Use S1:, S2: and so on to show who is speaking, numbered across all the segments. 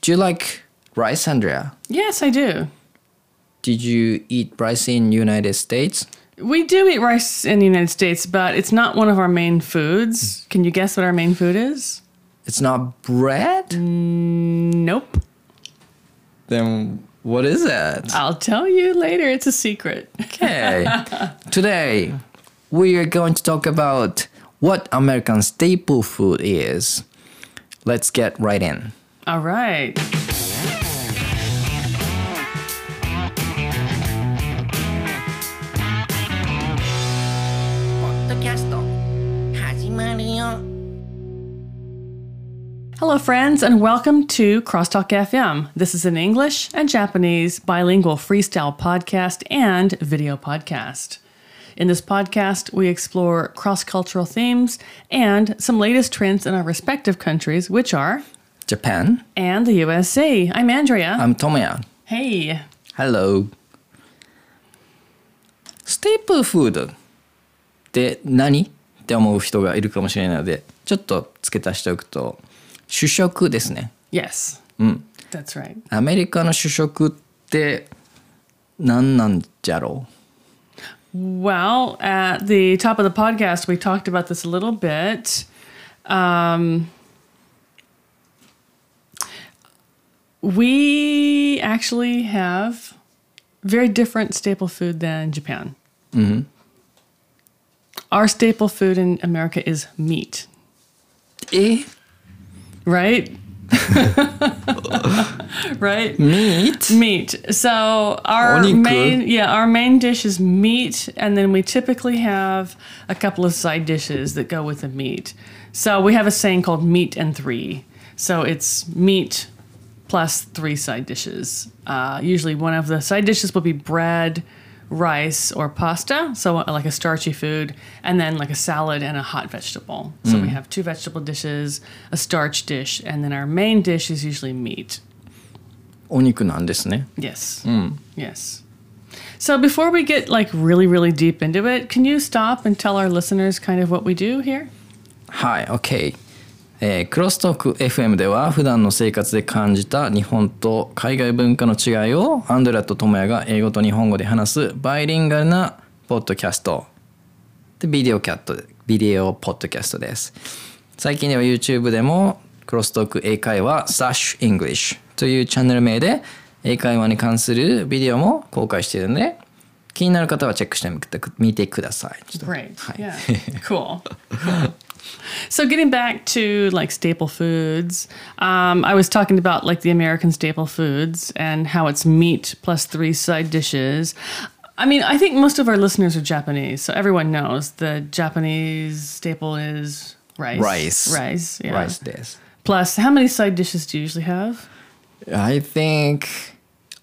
S1: Do you like rice, Andrea?
S2: Yes, I do.
S1: Did you eat rice in United States?
S2: We do eat rice in the United States, but it's not one of our main foods. Can you guess what our main food is?
S1: It's not bread?
S2: Nope.
S1: Then what is it?
S2: I'll tell you later. It's a secret.
S1: Okay. Today, we are going to talk about what American staple food is. Let's get right in.
S2: All right. Hello, friends, and welcome to Crosstalk FM. This is an English and Japanese bilingual freestyle podcast and video podcast. In this podcast, we explore cross cultural themes and some latest trends in our respective countries, which are
S1: Japan.
S2: and the USA. I'm Andrea.
S1: I'm Tomoya.
S2: hey.
S1: Hello. Staple food って何って思う人がいるかもしれないので、ちょっと付け足しておくと、主食ですね。
S2: Yes. That's right.
S1: アメリカの主食って何なんじゃろう
S2: Well, at the top of the podcast, we talked about this a little bit. Um, we actually have very different staple food than Japan. Our staple food in America is meat,
S1: え
S2: right? right?
S1: meat?
S2: meat. So our
S1: Oniku.
S2: main yeah, our main dish is meat and then we typically have a couple of side dishes that go with the meat. So we have a saying called meat and three. So it's meat plus three side dishes. Uh, usually one of the side dishes will be bread, rice or pasta, so uh, like a starchy food, and then like a salad and a hot vegetable. So we have two vegetable dishes, a starch dish, and then our main dish is usually meat.
S1: お肉なんですね。
S2: Yes. Yes. So before we get like really, really deep into it, can you stop and tell our listeners kind of what we do here?
S1: はい、OK。えークロストーク FM では普段の生活で感じた日本と海外文化の違いをアンドレアとトモヤが英語と日本語で話すバイリンガルなポッドキャストでビデオキャットビデオポッドキャストです最近では YouTube でもクロストーク英会話 Sash English というチャンネル名で英会話に関するビデオも公開しているので気になる方はチェックしてみてく見てくださいちょっと
S2: Great.
S1: はい
S2: Yeah. cool. Cool. So getting back to like staple foods, um, I was talking about like the American staple foods and how it's meat plus three side dishes. I mean, I think most of our listeners are Japanese, so everyone knows the Japanese staple is rice.
S1: Rice.
S2: Rice. Yeah.
S1: ライスです。
S2: Plus, how many side dishes do you usually have?
S1: I think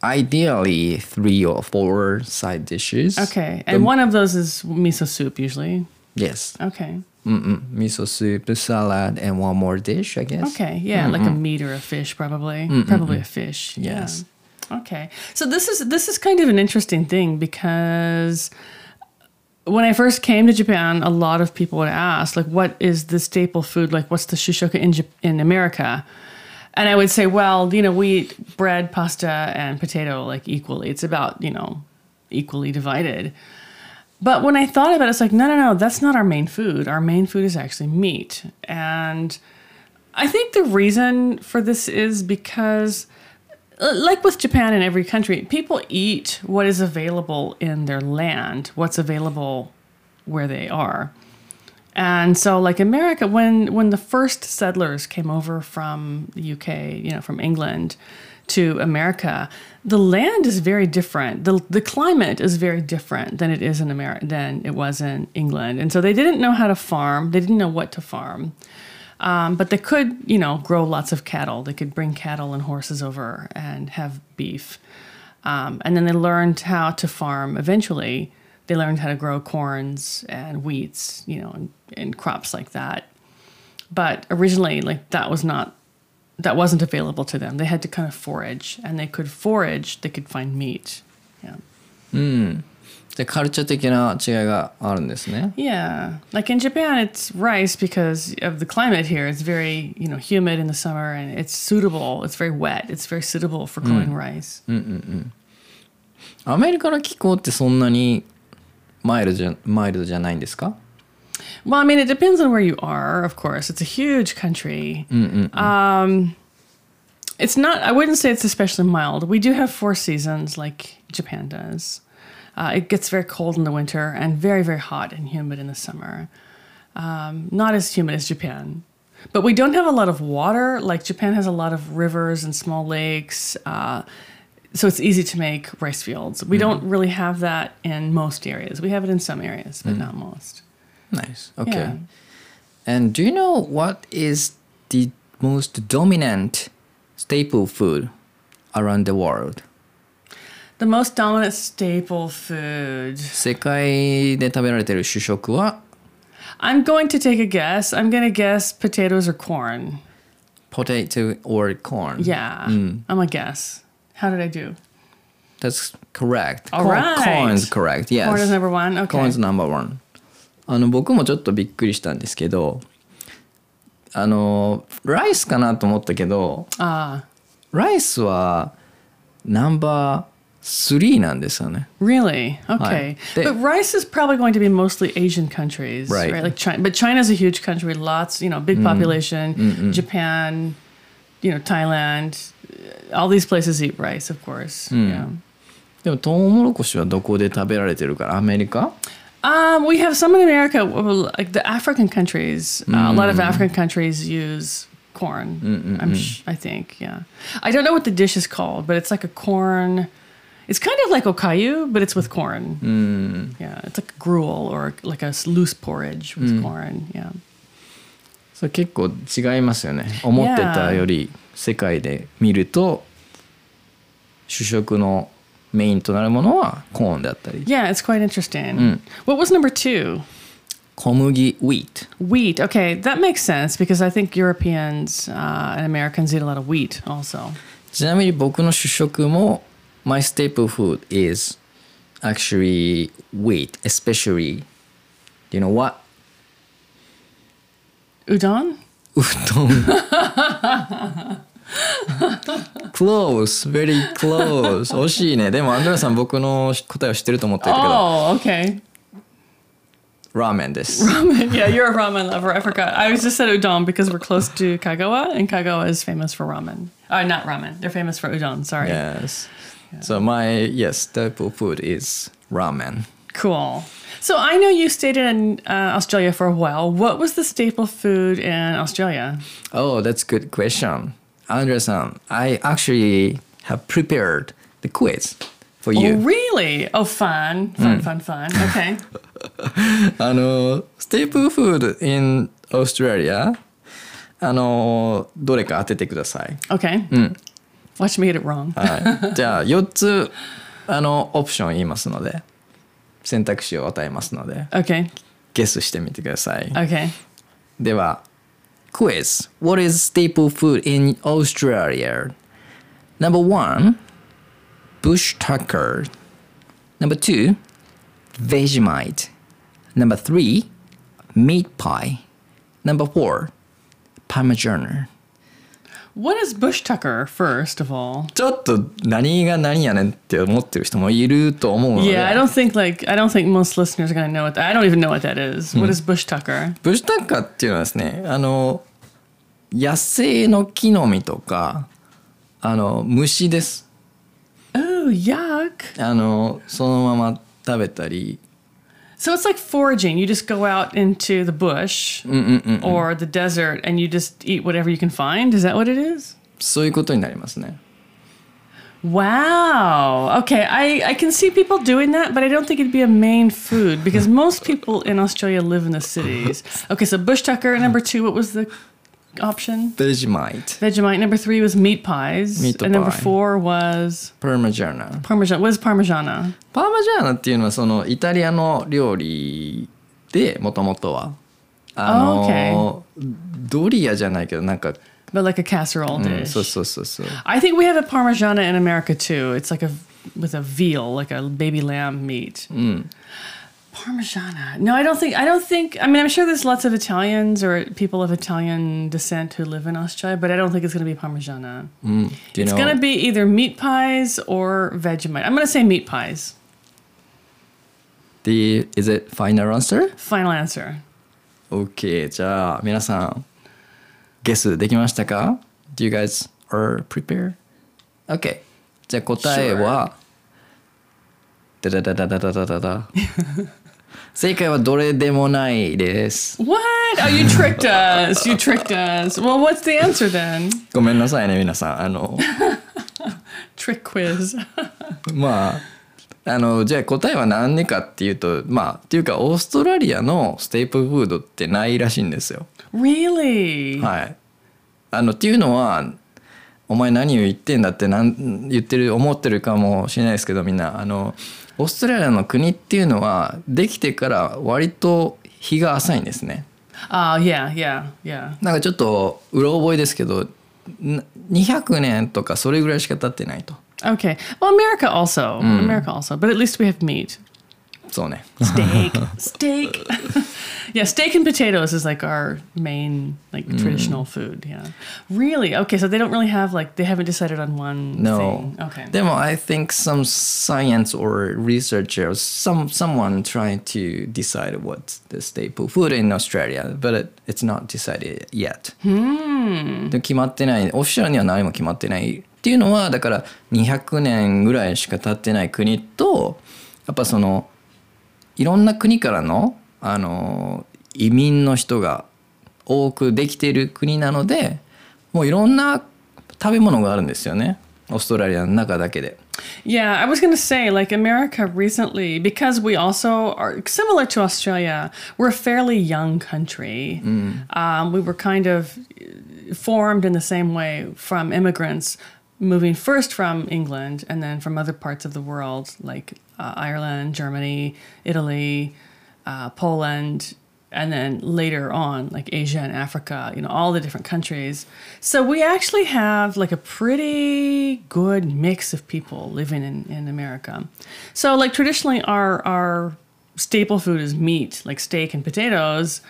S1: ideally three or four side dishes.
S2: Okay, and one of those is miso soup usually.
S1: Yes.
S2: Okay,
S1: Mm-mm. Miso soup, salad, and one more dish, I guess.
S2: okay, yeah, like a meat or a fish, probably, probably a fish. yeah.
S1: Yes.
S2: Okay, so this is this is kind of an interesting thing because when I first came to Japan, a lot of people would ask, like, what is the staple food? Like, what's the shishoka in Jap- in America? And I would say, well, you know, we eat bread, pasta, and potato like equally. It's about you know equally divided. But when I thought about it, it's like, no, no, no, that's not our main food. Our main food is actually meat. And I think the reason for this is because, uh, like with Japan and every country, people eat what is available in their land, what's available where they are. And so, like America, when when the first settlers came over from the UK, you know, from England to America, the land is very different. the The climate is very different than it is in America than it was in England. And so, they didn't know how to farm. They didn't know what to farm. Um, but they could, you know, grow lots of cattle. They could bring cattle and horses over and have beef. Um, and then they learned how to farm eventually. They learned how to grow corns and wheats, you know, and, and crops like that. But originally, like that was not that wasn't available to them. They had to kind of forage, and they could forage. They could find meat. Yeah.
S1: でカルチャー的な違いがあるんですね
S2: Yeah. Like in Japan, it's rice because of the climate here. It's very, you know, humid in the summer and it's suitable. It's very wet. It's very suitable for growing rice.
S1: アメリカの気候ってそんなにマイルドじゃマイルドじゃないんですか
S2: Well, I mean, it depends on where you are, of course. It's a huge country. Um, it's not, I wouldn't say it's especially mild. We do have four seasons like Japan does. Uh, it gets very cold in the winter and very, very hot and humid in the summer. Um, not as humid as Japan. But we don't have a lot of water. Like Japan has a lot of rivers and small lakes. Uh, so it's easy to make rice fields. We don't really have that in most areas. We have it in some areas, but not most.
S1: Nice. Okay.
S2: Yeah.
S1: And do you know what is the most dominant staple food around the world?
S2: The most dominant staple food.
S1: 世界で食べられてる主食は
S2: I'm going to take a guess. I'm going to guess potatoes or corn.
S1: potato or corn.
S2: Yeah.
S1: Mm.
S2: I'm a guess. How did I do?
S1: That's correct.
S2: All
S1: corn,
S2: right.
S1: corn's correct. Yes.
S2: Corn is number one. Okay.
S1: Corn's number one. あの僕もちょっとびっくりしたんですけど、あのライスかなと思ったけど、
S2: Ah,
S1: ライスはナンバー3なんですよね。
S2: really? Okay.
S1: They-
S2: but rice is probably going to be mostly Asian countries,
S1: Right. Mm.
S2: right? Like China, but China's a huge country. Lots, you know, big population. Japan, you know, Thailand. All these places eat rice, of course.
S1: Mm.
S2: Yeah.
S1: でもトウモロコシはどこで食べられてるからアメリカ
S2: Um, we have some in America, well, like the African countries. Uh, a lot of African countries use corn. I'm sh- I think, yeah. I don't know what the dish is called, but it's like a corn. It's kind of like okayu, but it's with corn. Yeah, it's like gruel or like a s- loose porridge with corn. Yeah,
S1: それ結構違いますよね思ってたより世界で見ると主食のメインとなるものはコーンだったり
S2: yeah, it's quite interesting. What was number two?
S1: 小麦 wheat
S2: Wheat. Okay, that makes sense because I think Europeans uh, and Americans eat a lot of wheat also.
S1: ちなみに僕の主食も My staple food is actually wheat especially you know what
S2: Udon.
S1: うどん close very close 惜しいねでもアンドレアさん僕の答えを知ってると思ってるけど
S2: Oh, okay.
S1: ラーメンです
S2: yeah, you're a ramen lover. I forgot. I was just said udon because we're close to Kagawa, and Kagawa is famous for ramen. Uh, not ramen. They're famous for udon. Sorry.
S1: Yes. So my yes staple food is ramen.
S2: Cool. So I know you stayed in uh, Australia for a while. What was the staple food in Australia?
S1: Oh, that's good question, Andresan. I actually have prepared the quiz for
S2: Oh,
S1: you.
S2: really? Oh, fun, fun, fun, fun. Okay.
S1: あの staple food in Australia. あのどれか当ててください。
S2: Okay. Watch me get it wrong.
S1: はい。じゃあ4つあのオプション言いますので、選択肢を与えますので、
S2: Okay.
S1: ゲスしてみてください。
S2: Okay.
S1: では、クイズ。What is staple food in Australia? Number one, bush tucker. Number two, Vegemite. Number three, meat pie. Number four, parmesan.
S2: What is bush tucker? First of all.
S1: ちょっと何が何やねんって思ってる人もいると思うので、
S2: Oh, Yeah, I don't think like I don't think most listeners are gonna know what. That. I don't even know what that is. What is bush tucker?
S1: ブシュタカっていうのはですねあの野生の木の実とかあの虫です
S2: Oh, yuck.
S1: あのそのまま食べたり
S2: So it's like foraging. You just go out into the bush or the desert and you just eat whatever you can find. Is that what it is?
S1: そういうことになりますね
S2: Wow. Okay, I, I can see people doing that, but I don't think it'd be a main food because most people in Australia live in the cities. Okay, so bush tucker number two. What was the option?
S1: ベジマイト
S2: Vegemite number three was meat pies,
S1: Meat
S2: and number
S1: pie.
S2: four was
S1: パルマジャーナ
S2: parmesan. What is parmigiana?
S1: パーマジャーナっていうのはそのイタリアの料理でもともとはあの、ドリアじゃないけどなんか、
S2: But like a casserole
S1: うん
S2: dish.
S1: そうそうそうそう
S2: I think we have a parmigiana in America too. It's like a with a veal, like a baby lamb meat. Parmigiana. No, I don't think. I don't think. I mean, I'm sure there's lots of Italians or people of Italian descent who live in Austria, but I don't think it's going to be Parmigiana.
S1: Do you
S2: It's
S1: know?
S2: going to be either meat pies or Vegemite. I'm going to say meat pies.
S1: the is it final answer?
S2: Final answer.
S1: Okay, じゃあ皆さん、ゲスできましたか ?Do you guys are prepared? Okay. じゃあ答えは、だだだだだだだだだ。 正解はどれでもないです。
S2: What? Oh, you tricked us. You tricked us. Well, what's the answer then?
S1: ごめんなさいね、皆さん。あ の、
S2: Trick quiz.
S1: まあ、あの、じゃあ答えは何でかっていうと、まあ、っていうか、オーストラリアのステイプフードってないらしいんですよ。
S2: Really?
S1: はい。あのっていうのはお前何を言ってんだってなん言ってる思ってるかもしれないですけどみんなあのオーストラリアの国っていうのはできてから割と日が浅いんですね。
S2: Oh, yeah, yeah, yeah.
S1: なんかちょっとうろ覚えですけどな200年とかそれぐらいしか経ってないと。
S2: Okay. Well, America also. America also. But at least we have meat.
S1: そうね。
S2: Steak. steak. yeah, steak and potatoes is like our main, like traditional food. Yeah. Really? Okay. So they don't really have like they haven't decided on one.
S1: No.
S2: Thing. Okay.
S1: でも I think some science or researcher some someone trying to decide what's the staple food in Australia, but it, it's not decided yet.
S2: Hmm.
S1: で決まってないオフィシャルには何も決まってないっていうのはだから200年ぐらいしか経ってない国とやっぱそのいろんな国からのあの移民の人が多くできている国なのでもういろんな食べ物があるんですよねオーストラリアの中だけで。
S2: Yeah, I was going to say, like America recently, because we also are similar to Australia, we're a fairly young country. Um, we were kind of formed in the same way from immigrants moving first from England and then from other parts of the world, like uh, Ireland, Germany, Italy, uh, Poland. And then later on, like Asia and Africa, you know, all the different countries. So we actually have like a pretty good mix of people living in, in America. So, like, traditionally, our, our staple food is meat, like steak and potatoes.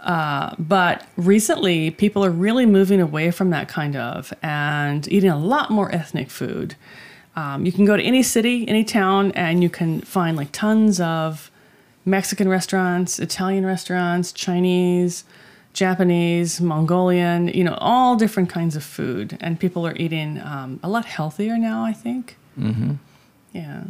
S2: But recently, people are really moving away from that kind of and eating a lot more ethnic food. Um, you can go to any city, any town, and you can find like tons of Mexican restaurants, Italian restaurants, Chinese, Japanese, Mongolian, you know, all different kinds of food. And people are eating um, a lot healthier now, I think. Mm-hmm. Yeah.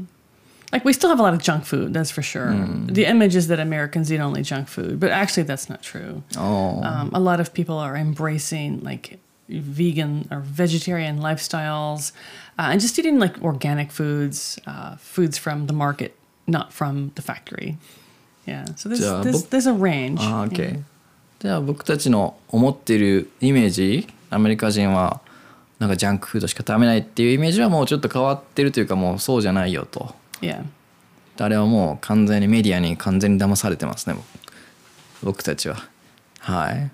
S2: Like we still have a lot of junk food, that's for sure. The image is that Americans eat only junk food, but actually, that's not true.
S1: おー
S2: Um, a lot of people are embracing like vegan or vegetarian lifestyles uh, and just eating like organic foods, uh, foods from the market, not from the factory. Yeah. So there's
S1: Yeah,
S2: there's,
S1: but-
S2: there's a range.
S1: あー OK じゃあ僕たちの思ってるイメージアメリカ人はなんかジャンクフードしか食べないっていうイメージはもうちょっと変わってるというかもうそうじゃないよと
S2: yeah.
S1: あれはもう完全にメディアに完全に騙されてますね僕僕たちははい。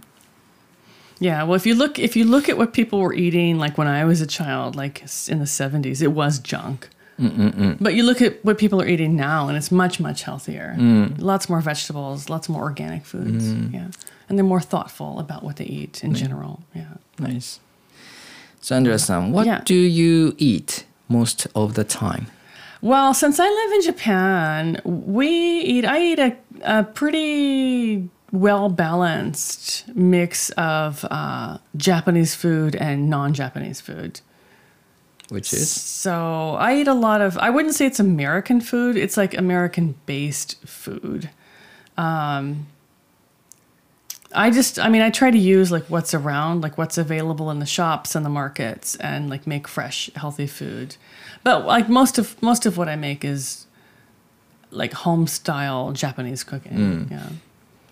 S2: Yeah, well, if you look if you look at what people were eating, like when I was a child, like s- in the seventies, it was junk. Mm-mm-mm. But you look at what people are eating now, and it's much much healthier. Lots more vegetables, lots more organic foods. Yeah, and they're more thoughtful about what they eat in general. Yeah.
S1: Nice. So Andrea さん what
S2: Yeah.
S1: do you eat most of the time?
S2: Well, since I live in Japan, we eat. I eat a, a pretty well balanced mix of uh, Japanese food and non Japanese food.
S1: Which is?
S2: So I eat a lot of. I wouldn't say it's American food. It's like American based food. Um, I just. I mean, I try to use like what's around, like what's available in the shops and the markets, and like make fresh, healthy food. But like most of most of what I make is like home style Japanese cooking. Yeah.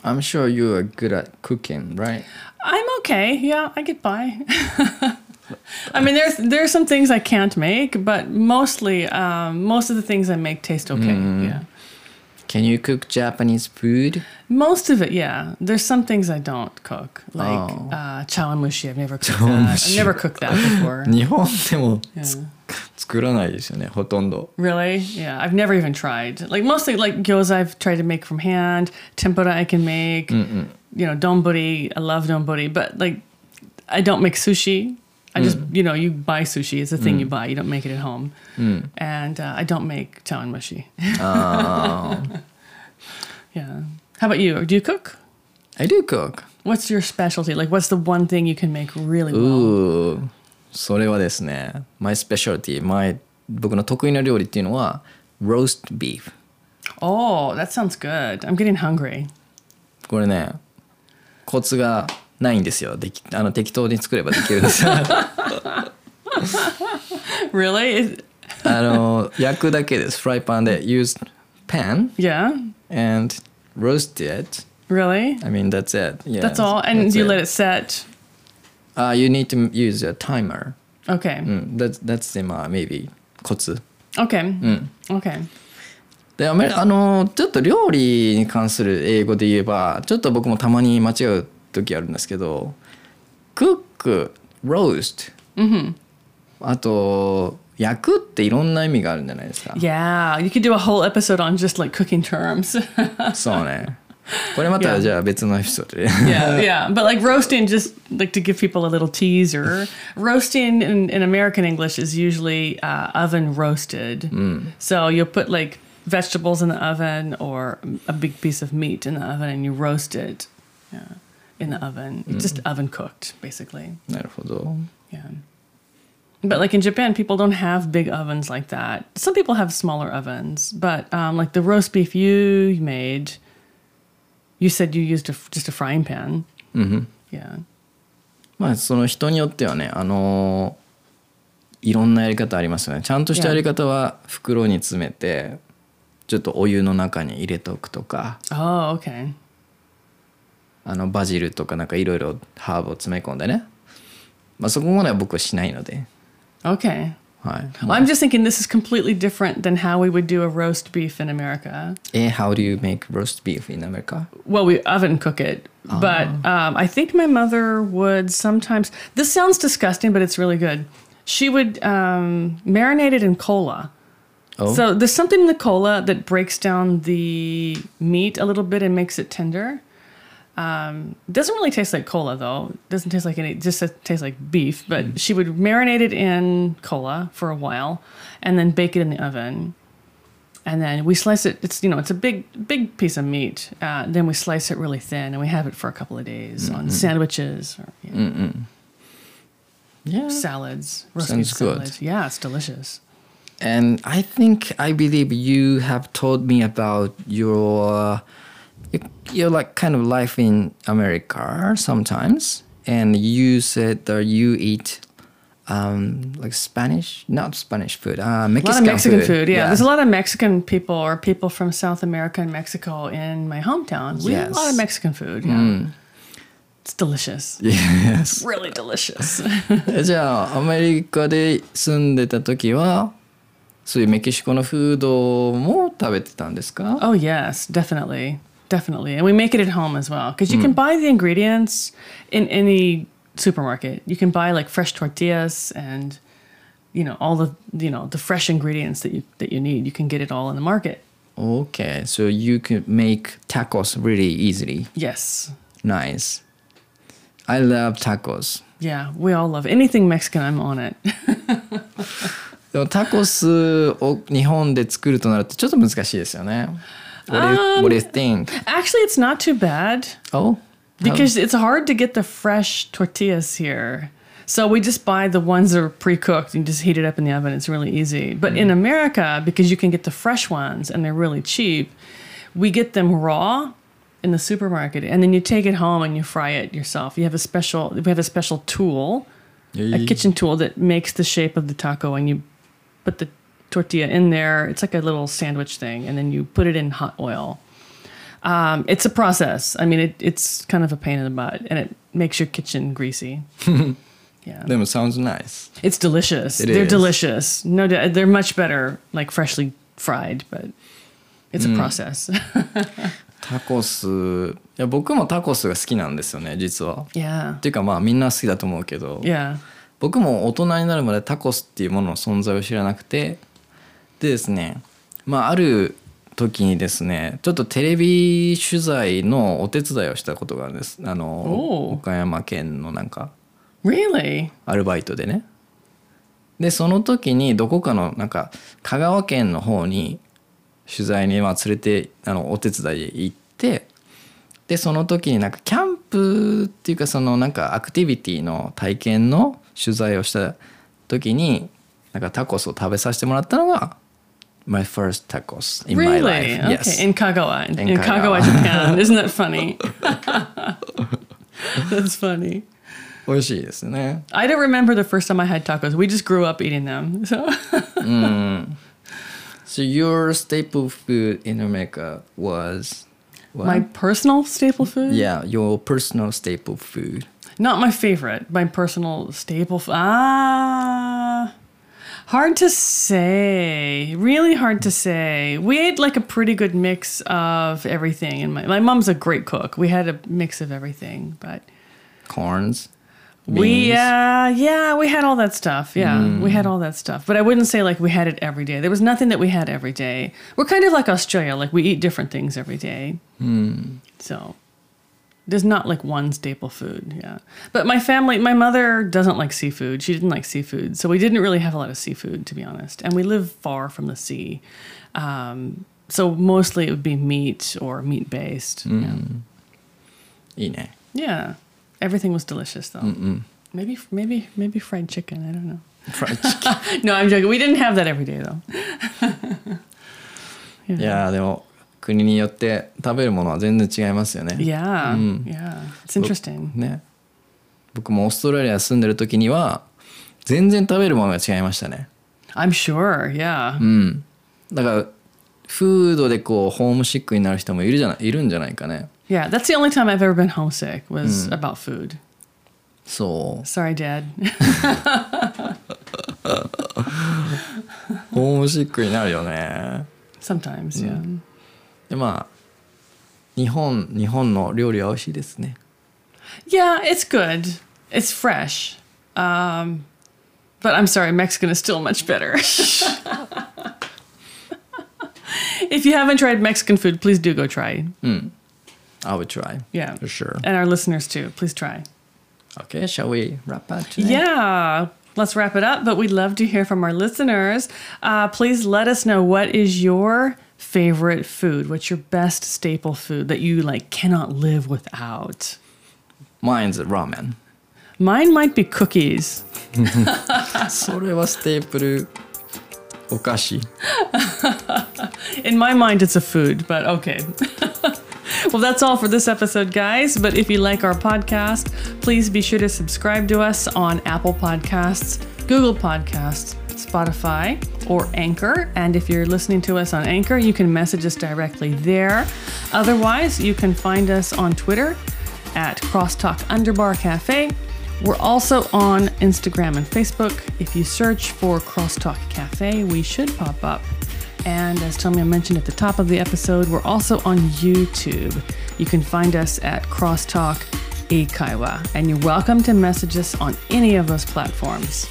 S1: I'm sure you are good at cooking, right?
S2: I'm okay. Yeah, I get by. I mean, there's there are some things I can't make, but mostly um, most of the things I make taste okay. Yeah,
S1: Can you cook Japanese food?
S2: most of it. Yeah, there's some things I don't cook, like
S1: Oh.
S2: uh, chawanmushi. I've never cooked that. I've never cooked that before.
S1: 日本でもつ、 作らないですよねほとんど
S2: Really? Yeah, I've never even tried. Like mostly like gyoza I've tried to make from hand, tempura I can make, you know, donburi, I love donburi, but like I don't make sushi. I just, you know, you buy sushi, it's a thing you buy, you don't make it at home. And uh, I don't make mushi. yeah. How about you? Do you cook?
S1: I do cook
S2: What's your specialty? Like what's the one thing you can make really well?
S1: うーそれはですね my specialty my 僕の得意な料理っていうのは roast beef
S2: Oh, that sounds good. I'm getting hungry.
S1: これねコツがないんですよできあの適当に作ればできるんですよ
S2: Really? Is-
S1: あの焼くだけですフライパンで use pan
S2: yeah.
S1: and roast it
S2: Really?
S1: I mean that's it Yeah,
S2: That's all. And
S1: that's
S2: you let it set.
S1: Uh, you need to use a timer.
S2: Okay.
S1: うん、that's, that's the, まあ maybe コツ。
S2: Okay. Okay.
S1: で、アメリあの、ちょっと料理に関する英語で言えば、ちょっと僕もたまに間違う時あるんですけど、クック、ロースト、あと、焼くっていろんな意味があるんじゃないです か。
S2: Yeah. You could do a whole episode on just like cooking terms.
S1: そうね。これまた
S2: Yeah.
S1: じゃあ別のエピソードで。
S2: yeah. Yeah. But like roasting, just like to give people a little teaser, roasting in, in American English is usually uh, oven roasted. So you'll put like vegetables in the oven or a big piece of meat in the oven and you roast it yeah, in the oven. It's Just oven cooked, basically.
S1: なるほど。
S2: Yeah. But like in Japan, people don't have big ovens like that. Some people have smaller ovens, but um, like the roast beef you made, you said you used a, just a frying pan. Mm-hmm. Yeah.
S1: まあその人によってはねあのーいろんなやり方ありますよねちゃんとしたやり方は袋に詰めてちょっとお湯の中に入れておくとか
S2: Oh, okay.
S1: あのバジルとかなんかいろいろハーブを詰め込んでね、まあ、そこまでは僕はしないので、
S2: Okay.
S1: はい、
S2: Well, I'm just thinking this is completely different than how we would do a roast beef in America.
S1: え How do you make roast beef in America?
S2: Well, we oven cook it, but um, I think my mother would sometimes. This sounds disgusting, but it's really good. She would um, marinate it in cola.
S1: Oh.
S2: So there's something in the cola that breaks down the meat a little bit and makes it tender. Um, doesn't really taste like cola though. Doesn't taste like any. Just tastes like beef.
S1: Mm.
S2: But she would marinate it in cola for a while, and then bake it in the oven and then we slice it. It's you know it's a big big piece of meat. Uh, then we slice it really thin, and we have it for a couple of days
S1: Mm-hmm.
S2: on sandwiches or you know,
S1: Yeah.
S2: salads. roast
S1: Mm. Sounds
S2: beef
S1: good.
S2: Salads. Yeah, it's delicious.
S1: And I think I believe you have told me about your your, your like kind of life in America sometimes, and you said that you eat um like Spanish, not Spanish food, uh,
S2: A lot
S1: Mexican,
S2: of Mexican food.
S1: food.
S2: Yeah. there's a lot of Mexican people or people from South America and Mexico in my hometown. We have a lot
S1: Yes.
S2: of Mexican food. Yeah, it's delicious.
S1: Yes.
S2: Really delicious.
S1: じゃあアメリカで住んでた時はそういうメキシコのフードも食べてたんですか？
S2: Oh yes, definitely, definitely, and we make it at home as well because you can buy the ingredients in any supermarket. You can buy like fresh tortillas and you know all the you know the fresh ingredients that you that you need. You can get it all in the market.
S1: Okay, so you could make tacos really easily.
S2: Yes,
S1: Nice. I love tacos.
S2: yeah, we all love anything Mexican. I'm on it.
S1: でもタコスを日本で作るとなるとちょっと難しいですよね。What do you, what do you think?
S2: Actually, it's not too bad
S1: Oh?
S2: because it's hard to get the fresh tortillas here. So we just buy the ones that are pre-cooked and just heat it up in the oven. It's really easy. But in America, because you can get the fresh ones and they're really cheap, we get them raw in the supermarket and then you take it home and you fry it yourself. You have a special we have a special tool, a kitchen tool that makes the shape of the taco and you put the tortilla in there. It's like a little sandwich thing and then you put it in hot oil um, it's a process. I mean, it, it's kind of a pain in the butt, and it makes your kitchen greasy. yeah,
S1: でも sounds nice.
S2: it's delicious.
S1: It
S2: they're
S1: is.
S2: delicious. No, doubt- they're much better like freshly fried, but it's
S1: Mm.
S2: a process.
S1: タコス、いや僕もタコスが好きなんですよね、実は。っ
S2: yeah,
S1: ていうかまあみんな好きだと思うけど、
S2: yeah,
S1: 僕も大人になるまでタコスっていうものの存在を知らなくてでですねまあある時にですねちょっとテレビ取材のお手伝いをしたことがあるんですあの
S2: おう
S1: 岡山県のなんか
S2: Really?
S1: アルバイトでねでその時にどこかのなんか香川県の方に取材にまあ連れてあのお手伝いで行ってでその時になんかキャンプっていうかそのなんかアクティビティの体験の取材をした時になんかタコスを食べさせてもらったのが My first tacos in my
S2: really?
S1: life
S2: Okay.
S1: Yes
S2: In Kagawa. In,
S1: In
S2: Kagawa,
S1: Kagawa.
S2: Japan. Isn't that funny? That's funny.
S1: 美味しいですね
S2: I don't remember the first time I had tacos. We just grew up eating them. So
S1: So your staple food in America was what?
S2: my personal staple food?
S1: Yeah, your personal staple food.
S2: Not my favorite. My personal staple. F- ah, hard to say. Really hard to say. We ate like a pretty good mix of everything. And my my mom's a great cook. We had a mix of everything, but
S1: Corns. beans.
S2: we yeah yeah we had all that stuff. Yeah, we had all that stuff. But I wouldn't say like we had it every day. There was nothing that we had every day. We're kind of like Australia. Like we eat different things every day. So there's not like one staple food, yeah. But my family, my mother doesn't like seafood. She didn't like seafood, so we didn't really have a lot of seafood, to be honest. And we live far from the sea, um, so mostly it would be meat or meat based.
S1: いいね。
S2: Yeah. yeah, everything was delicious though. Maybe, maybe, maybe fried chicken. I don't know.
S1: Fried chicken.
S2: No, I'm joking. We didn't have that every day though.
S1: いやーでも国によって食べるものは全然違いますよね。
S2: Yeah, yeah. It's interesting.
S1: ね。僕もオーストラリア住んでる時には全然食べるものが違いましたね。
S2: I'm sure. Yeah.
S1: うん。だからフードでこうホームシックになる人もいるじゃないいるんじゃないかね。
S2: Yeah, that's the only time I've ever been homesick was about food.
S1: そう。
S2: Sorry, Dad.
S1: ホームシックになるよね。
S2: Sometimes, yeah.
S1: でまあ日本日本の料理は美味しいですね。
S2: Yeah, it's good. It's fresh. Um, but I'm sorry, Mexican is still much better. if you haven't tried Mexican food, please do go try.
S1: I would try.
S2: Yeah.
S1: For sure.
S2: And our listeners too, please try.
S1: Okay, shall we wrap up today?
S2: Yeah. Let's wrap it up, but we'd love to hear from our listeners. Uh, please let us know what is your favorite food? What's your best staple food that you like cannot live without?
S1: Mine's ramen.
S2: Mine might be cookies.
S1: それはステープルお菓子
S2: In my mind, it's a food, but okay. well, that's all for this episode, guys. But if you like our podcast, please be sure to subscribe to us on Apple Podcasts, Google Podcasts, Spotify, or Anchor. And if you're listening to us on Anchor, you can message us directly there. Otherwise, you can find us on Twitter at Crosstalk Underbar Cafe. We're also on Instagram and Facebook. If you search for Crosstalk Cafe, we should pop up. And as Tommy mentioned at the top of the episode, we're also on YouTube. You can find us at Crosstalk Ikaiwa, and you're welcome to message us on any of those platforms.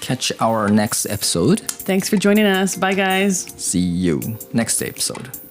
S1: Catch our next episode.
S2: Thanks for joining us. Bye, guys.
S1: See you next episode.